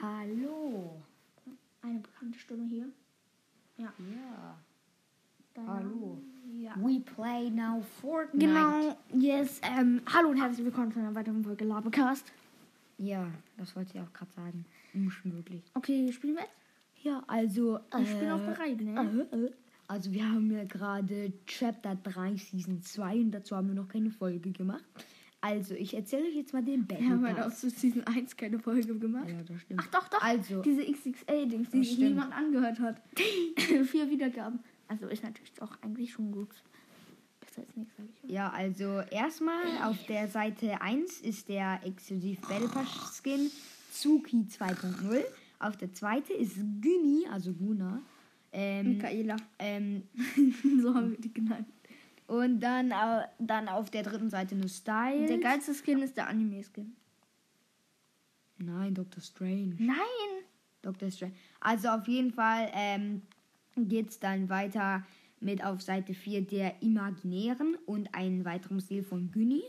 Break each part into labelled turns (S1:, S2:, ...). S1: Hallo.
S2: Eine bekannte Stimme hier.
S1: Ja.
S2: Dein
S1: Hallo.
S2: Name? Ja.
S1: We play now Fortnite.
S2: Genau, yes. Ähm, hallo und herzlich willkommen zu einer weiteren Folge Labecast.
S1: Ja, das wollte ich auch gerade sagen. Unmöglich.
S2: Okay, spielen wir jetzt?
S1: Ja, also.
S2: Ich bin auch bereit, ne?
S1: Also wir haben ja gerade Chapter 3 Season 2 und dazu haben wir noch keine Folge gemacht. Also ich erzähle euch jetzt mal den Battle
S2: Wir haben halt auch
S1: Pass.
S2: zu Season 1 keine Folge gemacht.
S1: Ja, das stimmt.
S2: Ach doch, doch.
S1: Also,
S2: Diese XXL-Dings, die
S1: Das
S2: sich
S1: stimmt.
S2: niemand angehört hat. Vier Wiedergaben. Also ist natürlich auch eigentlich schon gut. Besser als nichts, sag ich. mal.
S1: ja, also erstmal auf der Seite 1 ist der exklusiv Battle Pass Skin Zuki 2.0. Auf der zweiten ist Guni, also Guna. Ähm,
S2: Michaela.
S1: ähm,
S2: so haben wir die genannt.
S1: und dann, au- dann auf der dritten Seite nur Style.
S2: Der geilste Skin ist der Anime-Skin.
S1: Nein, Dr. Strange.
S2: Nein!
S1: Dr. Strange. Also auf jeden Fall ähm, geht es dann weiter mit auf Seite 4 der Imaginären und einem weiteren Stil von Günni.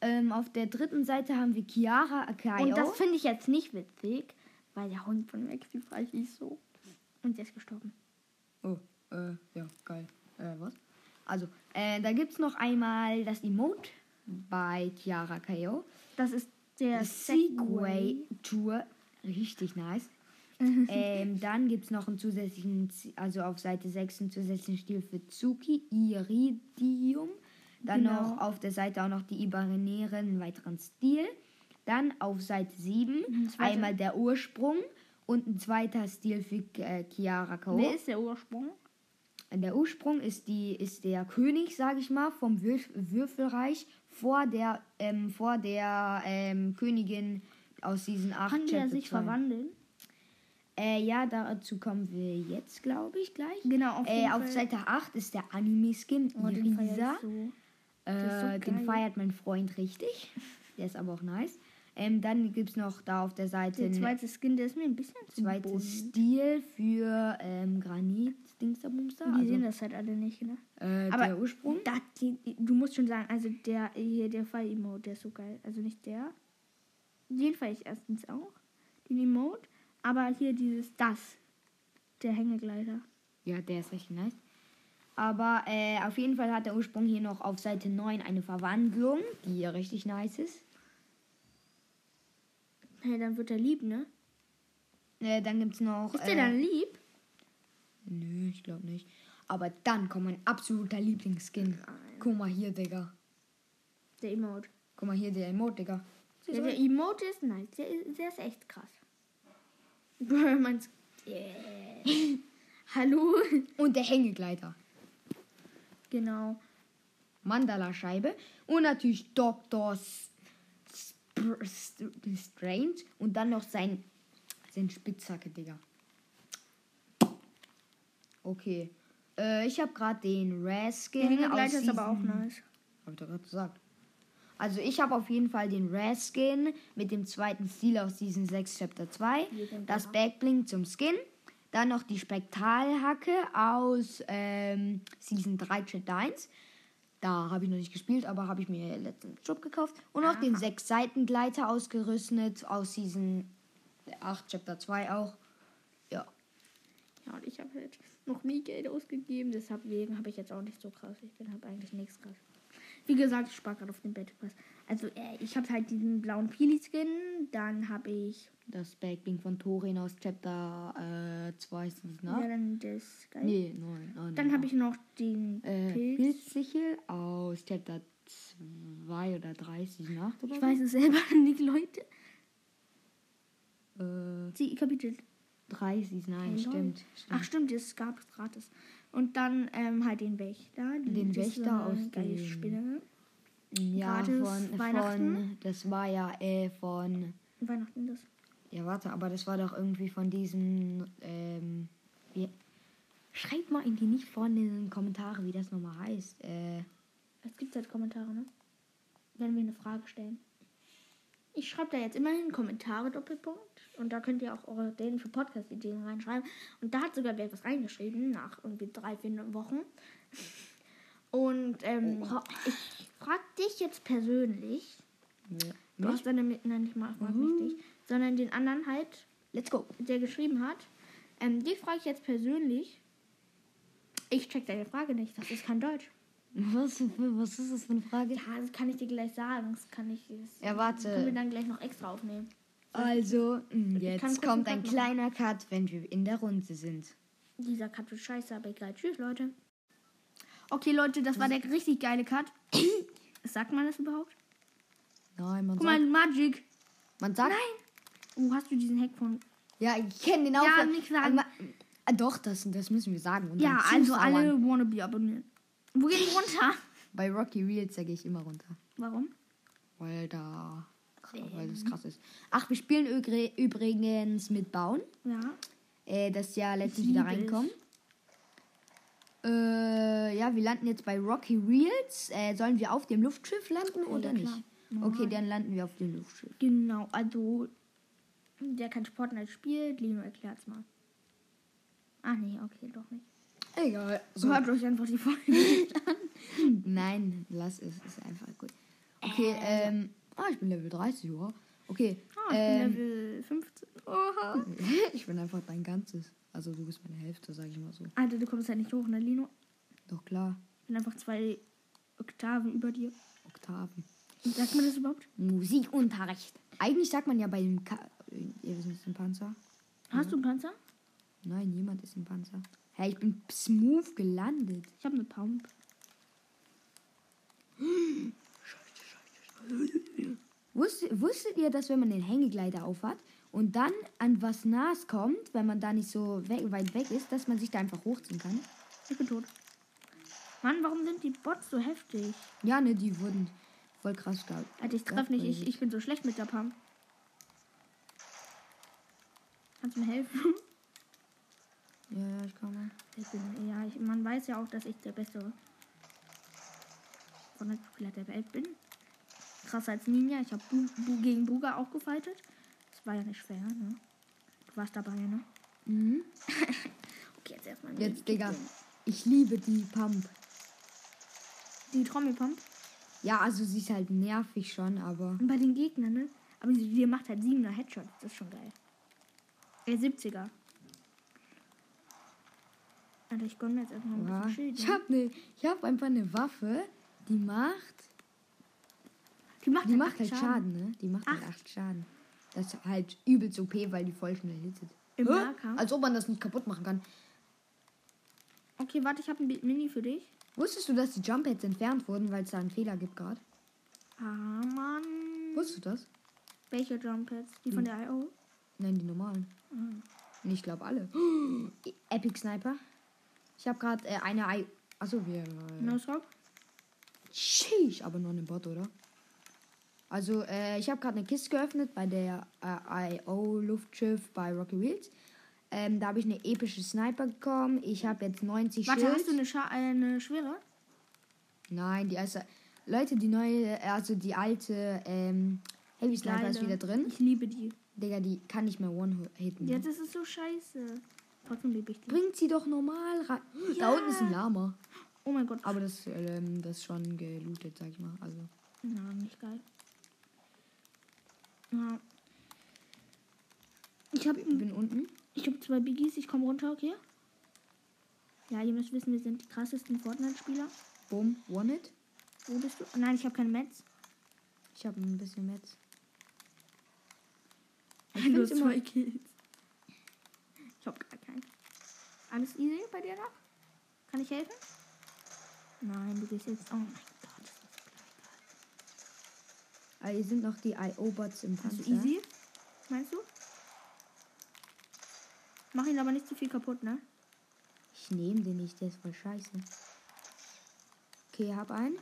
S1: Ähm, auf der dritten Seite haben wir Chiara Akaio.
S2: Und das finde ich jetzt nicht witzig, weil der Hund von Maxi Falsch ist so. Und der ist gestorben.
S1: oh, äh, ja, geil. Äh, was? Also, äh, da gibt es noch einmal das Emote bei Chiara Akaio.
S2: Das ist der
S1: Segway
S2: Segway.
S1: Tour. Richtig nice. ähm, dann gibt es noch einen zusätzlichen, Z- also auf Seite 6 einen zusätzlichen Stil für Zuki, Iridium. Dann
S2: Genau.
S1: noch auf der Seite auch noch die Ibaneren, einen weiteren Stil. Dann auf Seite 7
S2: zweiter-
S1: einmal der Ursprung und ein zweiter Stil für äh, Chiara Kao.
S2: Wer ist der Ursprung?
S1: Der Ursprung ist, die, ist der König, sage ich mal, vom Würf Würfelreich vor der, ähm, vor der ähm, Königin aus diesen acht
S2: Kann der
S1: Chapter
S2: sich
S1: 2.
S2: verwandeln?
S1: Äh, ja, dazu kommen wir jetzt, glaube ich, gleich.
S2: Genau, auf
S1: Äh, auf Seite 8 ist der Anime-Skin
S2: Oh, den feier ich
S1: Irisa.
S2: so. Der ist so
S1: Äh, den
S2: geil.
S1: feiert mein Freund richtig. Der ist aber auch nice. Ähm, dann gibt es noch da auf der ne- Seite
S2: Der
S1: einen
S2: zweite Skin, der ist mir ein bisschen zu
S1: zweiten
S2: bunt.
S1: Stil für ähm, Granit, Dingsterbumster.
S2: Die sehen
S1: Also,
S2: das halt alle nicht, ne?
S1: äh,
S2: aber-
S1: der Ursprung.
S2: Da, die, die, du musst schon sagen, also der hier, der Fall-Emote, der ist so geil. Also nicht der. Den feier ich erstens auch. Den Emote. Aber hier dieses das. Der Hängegleiter.
S1: Ja, der ist richtig nice. Aber äh, auf jeden Fall hat der Ursprung hier noch auf Seite 9 eine Verwandlung, die hier richtig nice ist.
S2: Hey, dann wird er lieb, ne?
S1: Äh, dann gibt es noch.
S2: Ist
S1: äh,
S2: der dann lieb?
S1: Nö, ich glaube nicht. Aber dann kommt mein absoluter Lieblingsskin. Guck mal hier, Digga.
S2: Der Emote.
S1: Guck mal hier, der Emote, Digga. Siehst
S2: Der,
S1: du?
S2: der Emote ist nice. Der, ist- der ist echt krass. Meins. Yeah. Hallo.
S1: Und der Hängegleiter.
S2: Genau.
S1: Mandala-Scheibe. Und natürlich Dr. S- Spr- St- Strange. Und dann noch sein, sein Spitzhacke, Digga. Okay. Äh, ich habe gerade den
S2: Der
S1: Raskin aus
S2: Hängegleiter ist aber auch
S1: Season-
S2: nice.
S1: Hab ich doch gerade gesagt. Also ich habe auf jeden Fall den Raskin mit dem zweiten Stil aus Season 6 Chapter 2. Das Backblink zum Skin. Dann noch die Spektralhacke aus ähm, Season 3 Chapter 1. Da habe ich noch nicht gespielt, aber habe ich mir letzten Job gekauft. Und auch den sechs Seitengleiter ausgerüstet aus Season 8 Chapter 2 auch. Ja.
S2: Ja, und ich habe halt noch nie Geld ausgegeben. Deswegen habe ich jetzt auch nicht so krass. Ich bin halt eigentlich nichts krass. Wie gesagt, ich spare gerade auf dem Battle Pass. Also, äh, ich habe halt diesen blauen Pili-Skin. Dann habe ich.
S1: Das Backblink von Thorin aus Chapter äh, 2 Season
S2: Ja,
S1: 8.
S2: dann das. Geil.
S1: Nee, Ah, nein, nein.
S2: Dann habe ich noch den
S1: äh,
S2: Pilz.
S1: Pilzsichel aus Chapter 2 oder 3 Season 8 oder
S2: Ich
S1: so.
S2: weiß es selber nicht, Leute.
S1: Äh,
S2: Sie, Kapitel
S1: 3 Season 1,
S2: Hey,
S1: stimmt.
S2: Leute.
S1: stimmt.
S2: Ach stimmt, es gab es gratis. Und dann ähm, halt den Wächter.
S1: Den
S2: das ist so
S1: Wächter
S2: eine
S1: aus
S2: geile
S1: dem-
S2: Spinne.
S1: Ja,
S2: Gratis
S1: von, von,
S2: Weihnachten?
S1: das war ja äh, von,
S2: Weihnachten das.
S1: ja warte, aber das war doch irgendwie von diesem, ähm, wie, schreibt mal in die nicht vorhandenen Kommentare, wie das nochmal heißt. Äh,
S2: Es gibt halt Kommentare, ne? Wenn wir eine Frage stellen. Ich schreibe da jetzt immerhin Kommentare Doppelpunkt. Und da könnt ihr auch eure Ideen für Podcast-Ideen reinschreiben. Und da hat sogar wer was reingeschrieben nach irgendwie drei, vier Wochen. Und ähm, ich frage dich jetzt persönlich, Du
S1: mich?
S2: hast deine, Mi- nein, nicht mal, frag mich dich, sondern den anderen halt,
S1: Mhm. Let's go.
S2: der geschrieben hat. Ähm, die frage ich jetzt persönlich. Ich check deine Frage nicht, das ist kein Deutsch.
S1: Was, für- was ist das für eine Frage?
S2: Ja, das kann ich dir gleich sagen. Das kann ich. Das
S1: Ja,
S2: können wir
S1: warte.
S2: dann gleich noch extra aufnehmen.
S1: Also, mh,
S2: kann kurz
S1: jetzt
S2: einen
S1: kommt
S2: Cut
S1: ein
S2: machen.
S1: kleiner Cut, wenn wir in der Runde sind.
S2: Dieser Cut wird scheiße, aber egal. Tschüss, Leute. Okay, Leute, das war der richtig geile Cut. Sagt man das überhaupt?
S1: Nein, man
S2: Guck mal,
S1: sagt.
S2: Magic.
S1: Man sagt
S2: Nein. Oh, hast du diesen Hack von.
S1: ja, ich kenne den auch.
S2: Ja,
S1: von-
S2: nicht sagen.
S1: Aber- Ah, Doch, das, das müssen wir sagen. und
S2: Ja,
S1: dann
S2: also
S1: zusauern.
S2: alle wannabe abonnieren. Wo geht die runter?
S1: Bei Rocky Reels, da gehe ich immer runter.
S2: Warum?
S1: Weil da. Weil das
S2: Ähm.
S1: krass ist. Ach, wir spielen ügri- übrigens mit Bauen.
S2: Ja.
S1: Äh, das ja letztens
S2: liebe
S1: wieder reinkommen. Äh, ja, wir landen jetzt bei Rocky Reels. Äh, sollen wir auf dem Luftschiff landen
S2: Ja,
S1: oder
S2: klar.
S1: nicht? Okay, dann landen wir auf dem Luftschiff.
S2: Genau, also der kein Fortnite spielt, Lino erklärt's mal. Ach nee, okay, doch nicht.
S1: Egal.
S2: So. Hört euch einfach die Folge.
S1: Nein, lass es. Ist einfach gut. Okay, ähm. Ah, ich bin Level 30, ja. Okay.
S2: Äh. Ah, ich
S1: ähm,
S2: bin Level 15. Oha.
S1: ich bin einfach dein Ganzes. Also du bist meine Hälfte, sag ich mal so.
S2: Alter, du kommst halt nicht hoch, ne, Lino?
S1: Doch klar,
S2: Ich bin einfach zwei Oktaven über dir.
S1: Oktaven.
S2: Sagt man das überhaupt?
S1: Musikunterricht. Eigentlich sagt man ja bei dem Ka Ihr wisst nicht, ein Panzer.
S2: Hast du einen Panzer?
S1: Nein, niemand ist ein Panzer. Hä, ich bin smooth gelandet.
S2: Ich habe eine Pump.
S1: Wusst, wusstet ihr, dass wenn man den Hängegleiter aufhat und dann an was nahes kommt, wenn man da nicht so we weit weg ist, dass man sich da einfach hochziehen kann?
S2: Ich bin tot. Mann, warum sind die Bots so heftig?
S1: Ja, ne, die wurden voll krass gehabt.
S2: Alter, ich treffe nicht. Ich, ich bin so schlecht mit der Pump. Kannst du mir helfen?
S1: Ja, ja, ich komme.
S2: Ich bin, ja, ich, man weiß ja auch, dass ich der beste Fortnite-Spieler der Welt bin. Krasser als Ninja. Ich habe Bu Bu gegen Buga auch gefightet. Das war ja nicht schwer, ne? Du warst dabei, ne?
S1: Mhm.
S2: Okay, jetzt erstmal. die-
S1: Jetzt, Digga. Ich liebe die Pump.
S2: Die Trommelpump.
S1: Ja, also sie ist halt nervig schon, aber.
S2: Und bei den Gegnern, ne? Aber sie, die macht halt 7er Headshot. Das ist schon geil. Äh, Er 70er. Alter, ich gönne jetzt erstmal ein
S1: Ja.
S2: bisschen Schild.
S1: Ich
S2: Ne?
S1: hab, ne, ich hab einfach eine Waffe, die macht.
S2: Die macht,
S1: Die
S2: halt
S1: macht
S2: acht
S1: halt Schaden, ne? Die macht halt
S2: Acht.
S1: 8 Schaden. Das ist halt übelst OP, weil die voll schnell hittet.
S2: Im
S1: Hä?
S2: Nahkampf?
S1: Als ob man das nicht kaputt machen kann.
S2: Okay, warte, ich habe ein Bi- Mini für dich.
S1: Wusstest du, dass die Jump Pads entfernt wurden, weil es da einen Fehler gibt gerade?
S2: Ah, Mann.
S1: Wusstest du das?
S2: Welche Jumpads? Die
S1: Hm.
S2: von der I.O.?
S1: Nein, die normalen.
S2: Mhm.
S1: Nee, Ich glaube alle. E-, Epic Sniper. Ich habe gerade äh, eine Ei. Achso, wir. Äh,
S2: No Scope?
S1: Sheesh, aber nur einen Bot, oder? Also, äh, ich habe gerade eine Kiste geöffnet bei der äh, IO Luftschiff bei Rocky Wheels. Ähm, da habe ich eine epische Sniper bekommen. Ich habe jetzt 90
S2: Warte,
S1: Schild.
S2: hast du eine, Scha äh, eine schwere?
S1: Nein, die erste. Leute, die neue, äh, also die alte ähm, Heavy Sniper ist
S2: Geile.
S1: wieder drin.
S2: Ich liebe die.
S1: Digga, die kann nicht mehr One-Hitten.
S2: Ja,
S1: ne?
S2: das ist so scheiße. Trotzdem liebe ich die.
S1: Bringt sie doch normal rein. Da unten ist ein Lama.
S2: Oh mein Gott.
S1: Aber das, ähm, das ist schon gelootet, sag ich mal. Also.
S2: Na, nicht geil. Ja. Ich habe
S1: Ich bin unten.
S2: ich hab zwei Biggies, ich komme runter, okay? Ja, ihr müsst wissen, wir sind die krassesten Fortnite-Spieler.
S1: Boom, One-Hit.
S2: Wo bist du? Nein, ich habe keine Mets.
S1: Ich habe ein bisschen Metz. Ich
S2: Nur
S1: find's immer-
S2: zwei Kills. Ich habe gar keinen. Alles easy bei dir noch? Kann ich helfen? Nein, du gehst jetzt. Oh mein Gott.
S1: Ah, hier sind noch die IO-Bots im Panzer.
S2: Also easy? Meinst du? Mach ihn aber nicht zu viel kaputt, ne?
S1: Ich nehme den nicht, der ist voll scheiße. Okay, hab einen.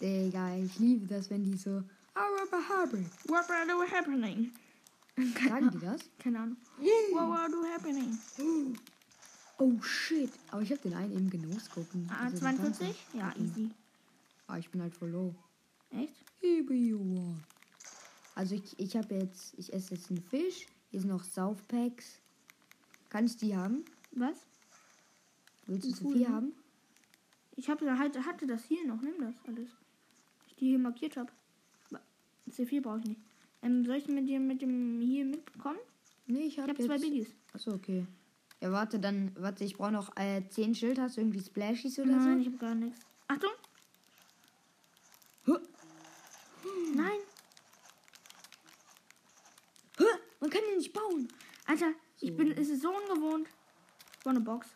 S1: Digga, ich liebe das, wenn die so. "Araba Harbour."
S2: What are you happening?
S1: Sagen die das?
S2: Keine Ahnung. What are you happening?
S1: Oh shit. Aber ich hab den einen eben genoscopen.
S2: Ah,
S1: also den Panzer.
S2: 42? Ja, easy.
S1: Ah, ich bin halt voll low.
S2: Echt?
S1: Ibiua. Also ich, ich habe jetzt, ich esse jetzt einen Fisch. Hier sind noch Saufpacks. Kann ich die haben?
S2: Was?
S1: Willst du
S2: Ist
S1: zu
S2: cool,
S1: viel
S2: ne?
S1: haben?
S2: Ich hab, halt, hatte das hier noch. Nimm das alles. Ich die hier markiert habe. So viel brauche ich nicht. Ähm, soll ich mit dem, mit dem hier mitbekommen?
S1: Nee, ich
S2: Ich
S1: habe
S2: habe zwei Biggies.
S1: Achso, okay. Ja, warte, dann, warte, ich brauche noch äh, 10 Schild. Hast du irgendwie Splashies oder
S2: Nein, ich
S1: so?
S2: habe gar nichts. Achtung!
S1: Huh.
S2: Nein!
S1: Hä? Man kann den nicht bauen.
S2: Alter,
S1: So.
S2: ich bin, es ist so ungewohnt. War eine Box.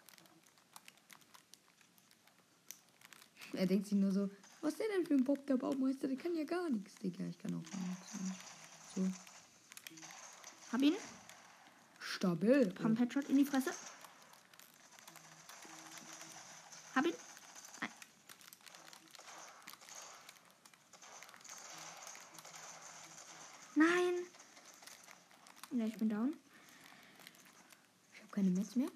S1: Er denkt sich nur so, was ist der denn für ein Bob, der Baumeister? Der kann ja gar nichts, Digga. Ich kann auch gar nichts. So.
S2: Hab ihn.
S1: Stabil.
S2: Pump Headshot in die Fresse. Hab ihn. Nein. Nein. Ja, ich bin down.
S1: Ich habe keine Metz mehr.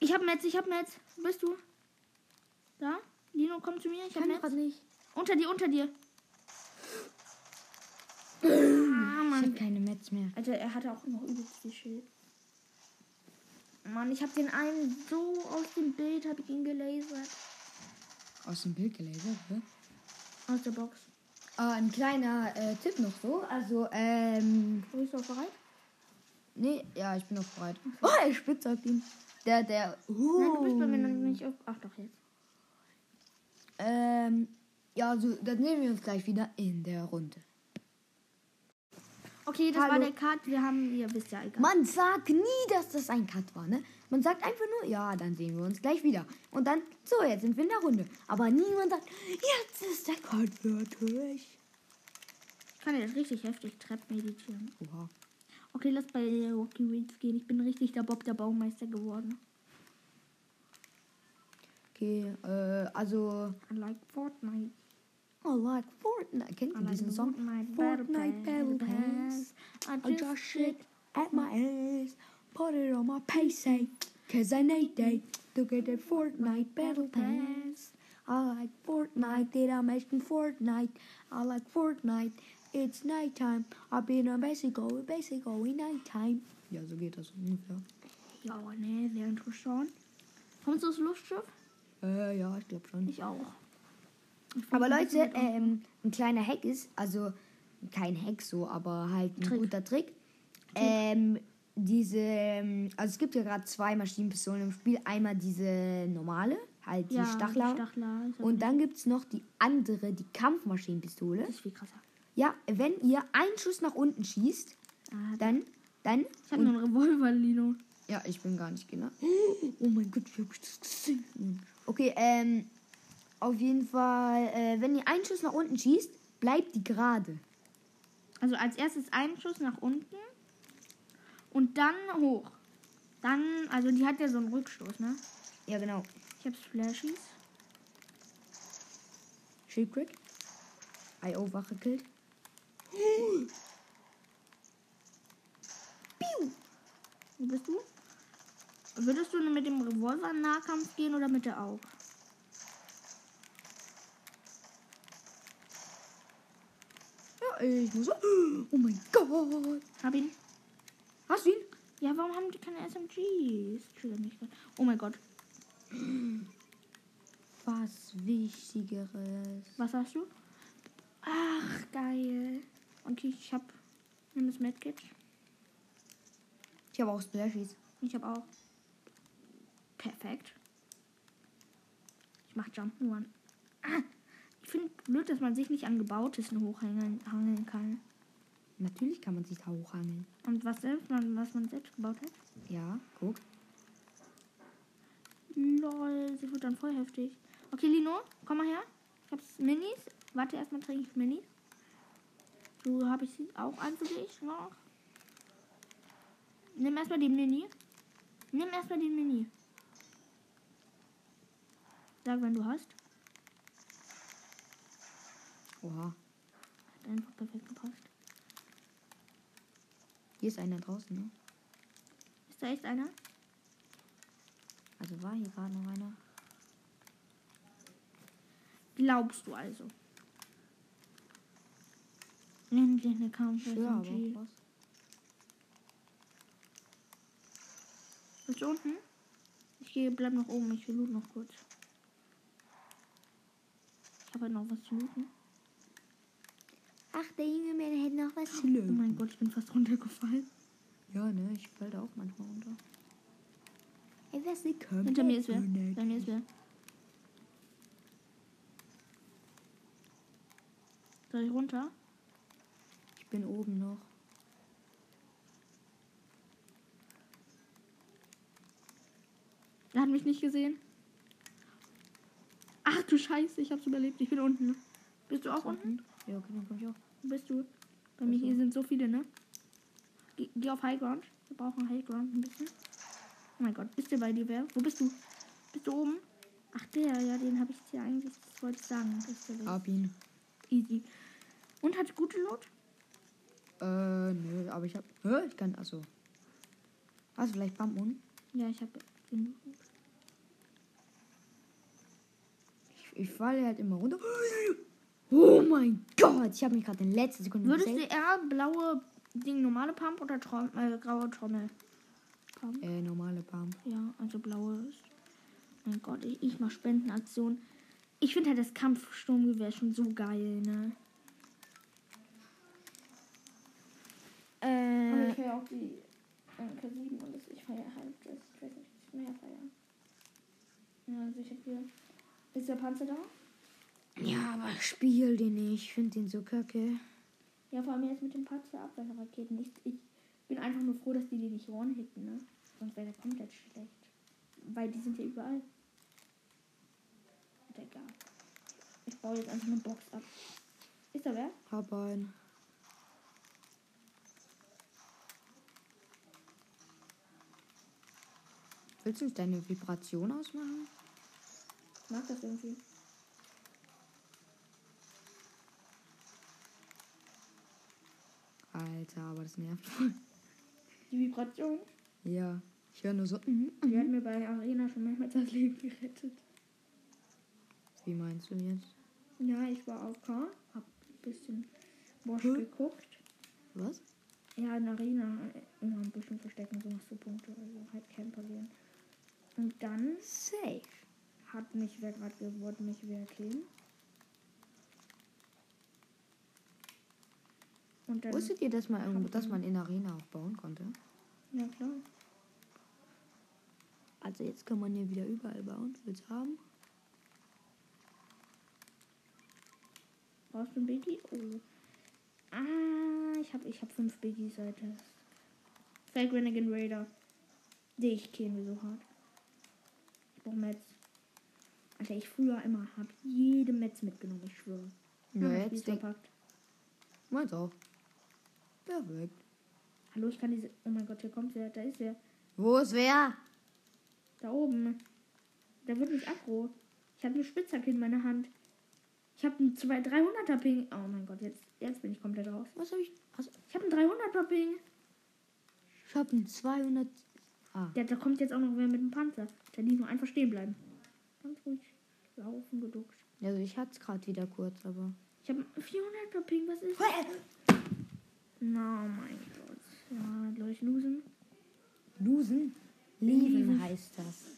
S2: Ich hab Metz, ich hab Metz. Wo bist du? Da? Lino, komm zu mir. Ich hab Metz.
S1: nicht.
S2: Unter dir, unter dir. ah,
S1: Ich habe
S2: Mann.
S1: keine Metz mehr.
S2: Alter, Also, er hatte auch noch übelst viel Schild. Mann, ich hab den einen so aus dem Bild, hab ich ihn gelasert.
S1: Aus dem Bild gelasert, hä?
S2: Aus der Box.
S1: Ah, ein kleiner äh, Tipp noch so. Also, ähm,
S2: Wo ist er bereit?
S1: nee, ja, ich bin noch bereit. Oh, er spitzt auf ihn. Der, der, uh.
S2: Mhm. Nein, du bist bei mir noch nicht auf. Ach doch, jetzt.
S1: Ähm, ja, also, dann sehen wir uns gleich wieder in der Runde.
S2: Okay, das
S1: Hallo.
S2: war der Cut. Wir haben, ihr wisst ja, egal.
S1: Man sagt nie, dass das ein Cut war, ne? Man sagt einfach nur, ja, dann sehen wir uns gleich wieder. Und dann, so, jetzt sind wir in der Runde. Aber niemand sagt, jetzt ist der Cut fertig.
S2: Ich kann jetzt richtig heftig Trepp meditieren.
S1: Oha.
S2: Okay, lass bei der Rocky Reeds gehen. Ich bin richtig der Bob der Baumeister geworden.
S1: Okay, äh, also,
S2: I like Fortnite.
S1: I like Fortnite. Kennt
S2: I
S1: ihr
S2: like
S1: diesen Song?
S2: Fortnite
S1: Fortnite Battle Pass. I just shit at my ass. Put it on my PC. Cause I need that to get that Fortnite Battle Pass. I like Fortnite, did I mention Fortnite? I like Fortnite, it's nighttime. I've been on Mexico, Mexico in nighttime. Ja, so geht das ungefähr.
S2: Ja, ne, sehr interessant. Kommst du ins Luftschiff?
S1: Äh, ja, ich glaube schon.
S2: Ich auch. Ich
S1: Aber
S2: flieg
S1: Leute,
S2: mit um.
S1: ähm, ein kleiner Hack ist, also kein Hack so, aber halt ein
S2: Trick.
S1: guter Trick. Ähm, diese, ähm, also es gibt ja gerade zwei Maschinenpistolen im Spiel. Einmal diese normale, halt die
S2: ja,
S1: Stachler.
S2: Die Stachler ist
S1: Und
S2: aber-
S1: dann gibt es noch die andere, die Kampfmaschinenpistole.
S2: Das ist viel krasser.
S1: Ja, wenn ihr einen Schuss nach unten schießt,
S2: Ah,
S1: dann, dann.
S2: ich habe nur einen Revolver, Lino.
S1: ja, ich bin gar nicht genau. Oh mein Gott, wie hab ich das gesehen? Okay, ähm, auf jeden Fall, äh, wenn ihr einen Schuss nach unten schießt, bleibt die gerade.
S2: Also als erstes einen Schuss nach unten und dann hoch. Dann, also die hat ja so einen Rückstoß, ne?
S1: Ja, genau.
S2: Ich hab's Flashies.
S1: Shieldcrack. I.O. Wache killt.
S2: Wo bist du? Würdest du mit dem Revolver in Nahkampf gehen oder mit der Auge?
S1: Ja, ich muss. Oh mein Gott.
S2: Hab ihn.
S1: Hast du ihn?
S2: Ja, warum haben die keine SMGs? Triggert mich grad. Oh mein Gott.
S1: Was Wichtigeres.
S2: Was hast du? Ach, geil. Okay, ich hab. Nimm das Medkit.
S1: Ich habe auch Splashies.
S2: Ich hab auch. Perfekt. Ich mach Jump'n'Run. Ah, ich finde blöd, dass man sich nicht an gebautes hochhangeln hangeln kann.
S1: Natürlich kann man sich da hochhangeln.
S2: Und was selbst man, was man selbst gebaut hat.
S1: Ja, guck.
S2: Lol, sie wird dann voll heftig. Okay, Lino, komm mal her. Ich hab's Minis. Warte, erstmal trinke ich Minis. So habe ich sie auch an für dich noch. Nimm erstmal den Mini. Nimm erstmal den Mini. Sag, wenn du hast.
S1: Oha.
S2: Hat einfach perfekt gepasst.
S1: Hier ist einer draußen, ne?
S2: Ist da echt einer?
S1: Also war hier gerade noch einer.
S2: Glaubst du also? Nimm dir eine Kampf.
S1: Ja, aber auch
S2: SMG.
S1: was.
S2: Bist du unten? Ich gehe, bleib noch oben. Ich will loot noch kurz. Ich habe halt noch was zu looten.
S1: Ach, der junge Mann hätte noch was zu
S3: Oh
S1: lösen.
S3: mein Gott, ich bin fast runtergefallen.
S1: Ja, ne, ich fall da auch manchmal runter. Ey, was ist
S3: Hinter mir ist wer. Hinter mir ist wer. Soll ich runter?
S1: Ich bin oben noch.
S3: Er hat mich nicht gesehen. Ach du Scheiße, ich hab's überlebt. Ich bin unten. ne? Bist du auch unten?
S1: Ja, okay, dann komm ich auch.
S3: Wo bist du? Bei mir hier sind so viele, ne? Geh, geh auf High Ground. Wir brauchen High Ground ein bisschen. Oh mein Gott, bist du bei dir, wer? Wo bist du? Bist du oben? Ach der, ja, den habe ich dir eigentlich, das wollte ich sagen. Das ist der
S1: Hab ihn.
S3: Easy. Und hat gute Loot?
S1: Äh, nö, aber ich hab. Hä? Ich kann. Achso. Hast du vielleicht Bambun?
S3: Ja, ich habe genug.
S1: Ich, ich falle halt immer runter. Oh mein Gott, ich habe mich gerade in letzter Sekunde
S3: Würdest du
S1: gesaved.
S3: eher blaue Ding, normale Pump oder Trom äh, graue Trommel? Pump?
S1: Äh, normale Bam.
S3: Ja, also blaue. ist- Mein Gott, ich, ich mach Spendenaktion. Ich finde halt das Kampfsturmgewehr schon so geil, ne? Äh,
S2: ich höre auch die MK7 und das, ich feiere halt das. Ich weiß nicht, ich mehr feiern. Ja, also ich habe hier. Ist der Panzer da?
S1: Ja, aber spiel den nicht. Ich finde den so kacke.
S2: Ja, vor allem jetzt mit dem Panzer Abwehrraketen. Ich, ich bin einfach nur froh, dass die die nicht one-hitten, ne? Sonst wäre der komplett schlecht. Weil die sind ja überall. Ist egal. Ich baue jetzt einfach eine Box ab. Ist da wer?
S1: Hab einen. Willst du nicht deine Vibration ausmachen?
S2: Ich mag das irgendwie.
S1: Alter, aber das nervt voll.
S2: Die Vibration.
S1: Ja, ich höre nur so.
S2: Die hat mir bei Arena schon manchmal das Leben gerettet.
S1: Wie meinst du jetzt?
S2: Ja, ich war auf K, hab ein bisschen Bosch
S1: Hm?
S2: geguckt.
S1: Was?
S2: Ja, in der Arena äh, immer ein bisschen verstecken, so machst du Punkte, also halt kein verlieren. Und dann
S1: Safe.
S2: hat mich wer gerade gewollt, mich wer killen. Und dann.
S1: Wusstet ihr, dass man, irgendwo, dass man in Arena auch bauen konnte?
S2: Ja, klar.
S1: Also jetzt kann man hier wieder überall bauen. Willst du haben?
S2: Brauchst du ein Biggie? Oh. Ah, ich hab, ich hab fünf Biggies, Alter. Fake Renegan Raider. Die ich kenne so hart. Ich brauch Metz. Alter, ich früher immer hab jede Metz mitgenommen, ich schwöre.
S1: Ja,
S2: Hab ich
S1: jetzt
S2: Spieß
S1: denk
S2: verpackt.
S1: meins auch. Perfekt.
S2: Hallo, ich kann diese. Oh mein Gott, hier kommt wer, da ist wer.
S1: Wo ist wer?
S2: Da oben. Da wird nicht aggro. Ich habe eine Spitzhacke in meiner Hand. Ich habe einen 300er Ping. Oh mein Gott, jetzt, jetzt bin ich komplett raus.
S1: Was habe ich? Also,
S2: Ich habe einen 300er Ping.
S1: ich habe einen 200. Ah,
S2: Ja, da kommt jetzt auch noch wer mit dem Panzer. Da liegt nur einfach stehen bleiben. Ganz ruhig laufen, geduckt.
S1: also ich hatte es gerade wieder kurz, aber.
S2: Ich habe 400er Ping, was ist?
S1: äh,
S2: Na, oh mein Gott. Ja, Leute, losen.
S1: Losen? Leben
S2: Lieven.
S1: heißt das.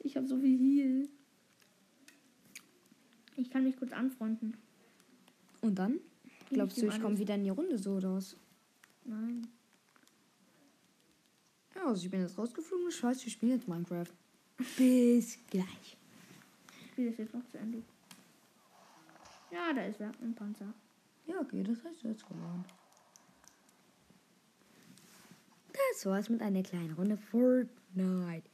S2: Ich habe so viel Heal. Ich kann mich kurz anfreunden.
S1: Und dann? Glaubst
S2: ich
S1: du,
S2: ihm
S1: ich
S2: alles.
S1: komme wieder in die Runde so oder was?
S2: Nein.
S1: Ja, also ich bin jetzt rausgeflogen. Ich weiß, wir spielen jetzt Minecraft. Bis gleich.
S2: Ich spiele das jetzt noch zu Ende. Ja, da ist wer. Ein Panzer.
S1: Ja, okay, das heißt jetzt gewonnen. Das war's mit einer kleinen Runde Fortnite.